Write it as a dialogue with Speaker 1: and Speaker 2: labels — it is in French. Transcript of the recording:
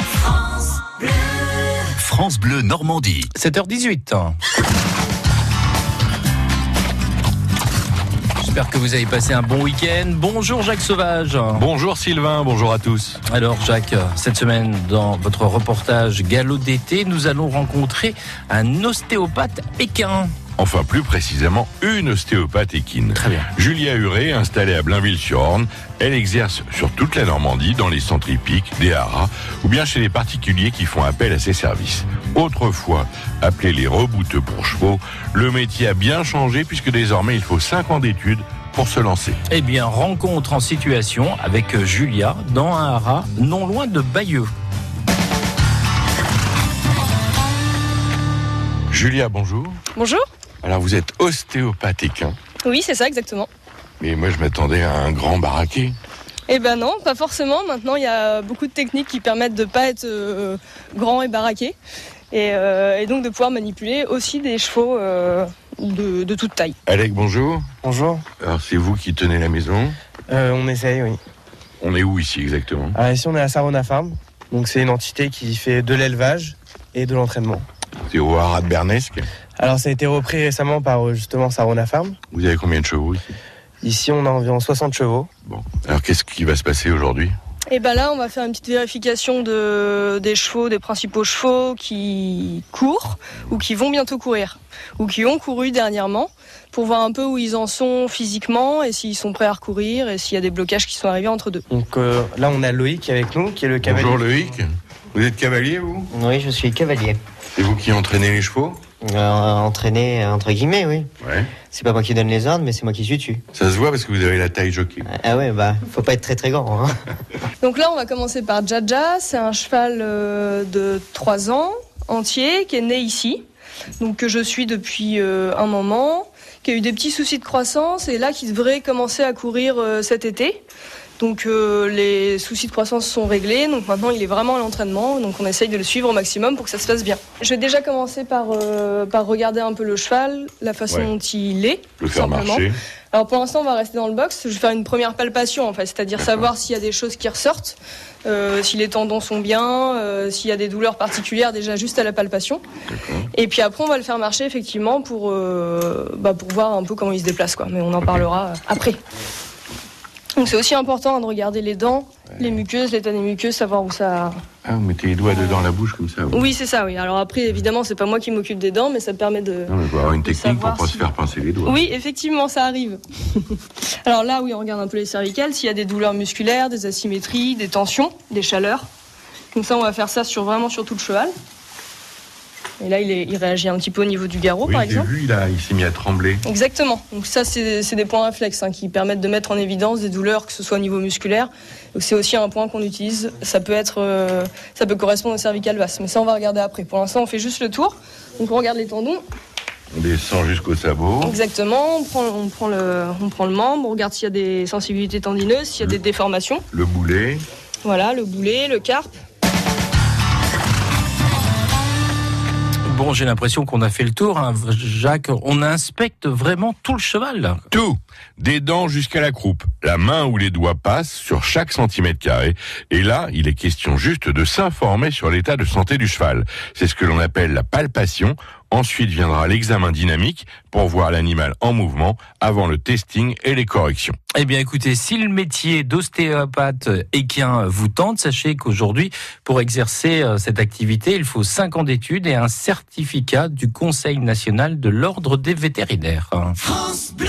Speaker 1: France Bleu. France Bleu Normandie.
Speaker 2: 7h18. J'espère que vous avez passé un bon week-end. Bonjour Jacques Sauvage.
Speaker 3: Bonjour Sylvain, bonjour à tous.
Speaker 2: Alors Jacques, cette semaine dans votre reportage Galop d'été, nous allons rencontrer un ostéopathe équin.
Speaker 3: Enfin, plus précisément, une ostéopathe équine.
Speaker 2: Très bien.
Speaker 3: Julia Huré, installée à Blainville-sur-Orne, elle exerce sur toute la Normandie, dans les centres hippiques, des haras, ou bien chez les particuliers qui font appel à ses services. Autrefois, appelés les rebouteux pour chevaux, le métier a bien changé puisque désormais il faut 5 ans d'études pour se lancer.
Speaker 2: Eh bien, rencontre en situation avec Julia dans un haras non loin de Bayeux.
Speaker 3: Julia, bonjour.
Speaker 4: Bonjour.
Speaker 3: Alors vous êtes ostéopathe équin,
Speaker 4: Oui, c'est ça exactement.
Speaker 3: mais moi je m'attendais à un grand baraquet.
Speaker 4: Eh ben non, pas forcément. Maintenant, il y a beaucoup de techniques qui permettent de pas être euh, grand et baraqué. Et, euh, et donc de pouvoir manipuler aussi des chevaux euh, de, de toute taille.
Speaker 3: Alec, bonjour.
Speaker 5: Bonjour.
Speaker 3: Alors c'est vous qui tenez la maison.
Speaker 5: Euh, on essaye, oui.
Speaker 3: On est où ici exactement
Speaker 5: Alors ici, on est à Sarona Farm. Donc c'est une entité qui fait de l'élevage et de l'entraînement.
Speaker 3: C'est au haras de Bernesque.
Speaker 5: Alors ça a été repris récemment par euh, justement Sarona Farm.
Speaker 3: Vous avez combien de chevaux ici
Speaker 5: Ici, on a environ 60 chevaux.
Speaker 3: Bon. Alors qu'est-ce qui va se passer aujourd'hui
Speaker 4: Et ben là, on va faire une petite vérification de, des chevaux, des principaux chevaux qui courent ou qui vont bientôt courir ou qui ont couru dernièrement pour voir un peu où ils en sont physiquement et s'ils sont prêts à recourir et s'il y a des blocages qui sont arrivés entre deux.
Speaker 5: Donc euh, là, on a Loïc avec nous, qui est le cavalier.
Speaker 3: Bonjour Loïc. Vous êtes cavalier vous
Speaker 6: Oui, je suis cavalier.
Speaker 3: C'est vous qui entraînez les chevaux
Speaker 6: Euh, entraîné, euh, entre guillemets, oui.
Speaker 3: Ouais.
Speaker 6: C'est pas moi qui donne les ordres, mais c'est moi qui suis dessus.
Speaker 3: Ça se voit parce que vous avez la taille jockey.
Speaker 6: Ah ouais, bah, faut pas être très très grand. hein.
Speaker 4: Donc là, on va commencer par Jaja. C'est un cheval euh, de 3 ans entier qui est né ici. Donc que je suis depuis euh, un moment, qui a eu des petits soucis de croissance et là qui devrait commencer à courir euh, cet été. Donc euh, les soucis de croissance sont réglés, donc maintenant il est vraiment à l'entraînement, donc on essaye de le suivre au maximum pour que ça se fasse bien. Je vais déjà commencer par, euh, par regarder un peu le cheval, la façon
Speaker 3: Ouais.
Speaker 4: dont il est,
Speaker 3: Le
Speaker 4: tout
Speaker 3: faire
Speaker 4: simplement.
Speaker 3: marcher.
Speaker 4: Alors pour l'instant, on va rester dans le box. Je vais faire une première palpation, en fait, c'est-à-dire savoir s'il y a des choses qui ressortent, euh, si les tendons sont bien, euh, s'il y a des douleurs particulières déjà juste à la palpation.
Speaker 3: D'accord.
Speaker 4: Et puis après, on va le faire marcher effectivement pour euh, bah, pour voir un peu comment il se déplace, quoi. Mais on en parlera euh, après. Donc c'est aussi important hein, de regarder les dents, les muqueuses, l'état des muqueuses, savoir où ça.
Speaker 3: Ah, vous mettez les doigts dedans la bouche comme ça. vous.
Speaker 4: Oui, c'est ça. Oui. Alors après, évidemment, c'est pas moi qui m'occupe des dents, mais ça permet de.
Speaker 3: Non, mais il faut avoir une technique pour
Speaker 4: Savoir
Speaker 3: pas
Speaker 4: si-
Speaker 3: se faire pincer les doigts.
Speaker 4: Oui, effectivement, ça arrive. Alors là, oui, on regarde un peu les cervicales, s'il y a des douleurs musculaires, des asymétries, des tensions, des chaleurs. Comme ça, on va faire ça sur, vraiment sur tout le cheval. Et là, il, est- il réagit un petit peu au niveau du garrot,
Speaker 3: Oui,
Speaker 4: par
Speaker 3: j'ai
Speaker 4: exemple.
Speaker 3: vu, il, a- il s'est mis à trembler.
Speaker 4: Exactement. Donc ça, c'est c'est des points réflexes hein, qui permettent de mettre en évidence des douleurs, que ce soit au niveau musculaire. Donc, C'est aussi un point qu'on utilise. Ça peut être, euh, ça peut correspondre au cervical basse. Mais ça, on va regarder après. Pour l'instant, on fait juste le tour. Donc on regarde les tendons.
Speaker 3: On descend jusqu'au sabot.
Speaker 4: Exactement, on prend, on prend, le, on prend le membre, on regarde s'il y a des sensibilités tendineuses, s'il y a des déformations.
Speaker 3: Le boulet.
Speaker 4: Voilà, le boulet, le carpe.
Speaker 2: Bon, j'ai l'impression qu'on a fait le tour, hein, Jacques. On inspecte vraiment tout le cheval.
Speaker 3: Tout, des dents jusqu'à la croupe, la main où les doigts passent sur chaque centimètre carré. Et là, il est question juste de s'informer sur l'état de santé du cheval. C'est ce que l'on appelle la palpation. Ensuite viendra l'examen dynamique pour voir l'animal en mouvement avant le testing et les corrections.
Speaker 2: Eh bien, écoutez, si le métier d'ostéopathe équin vous tente, sachez qu'aujourd'hui, pour exercer euh, cette activité, il faut 5 ans d'études et un certificat du Conseil national de l'ordre des vétérinaires.
Speaker 1: France Bleu.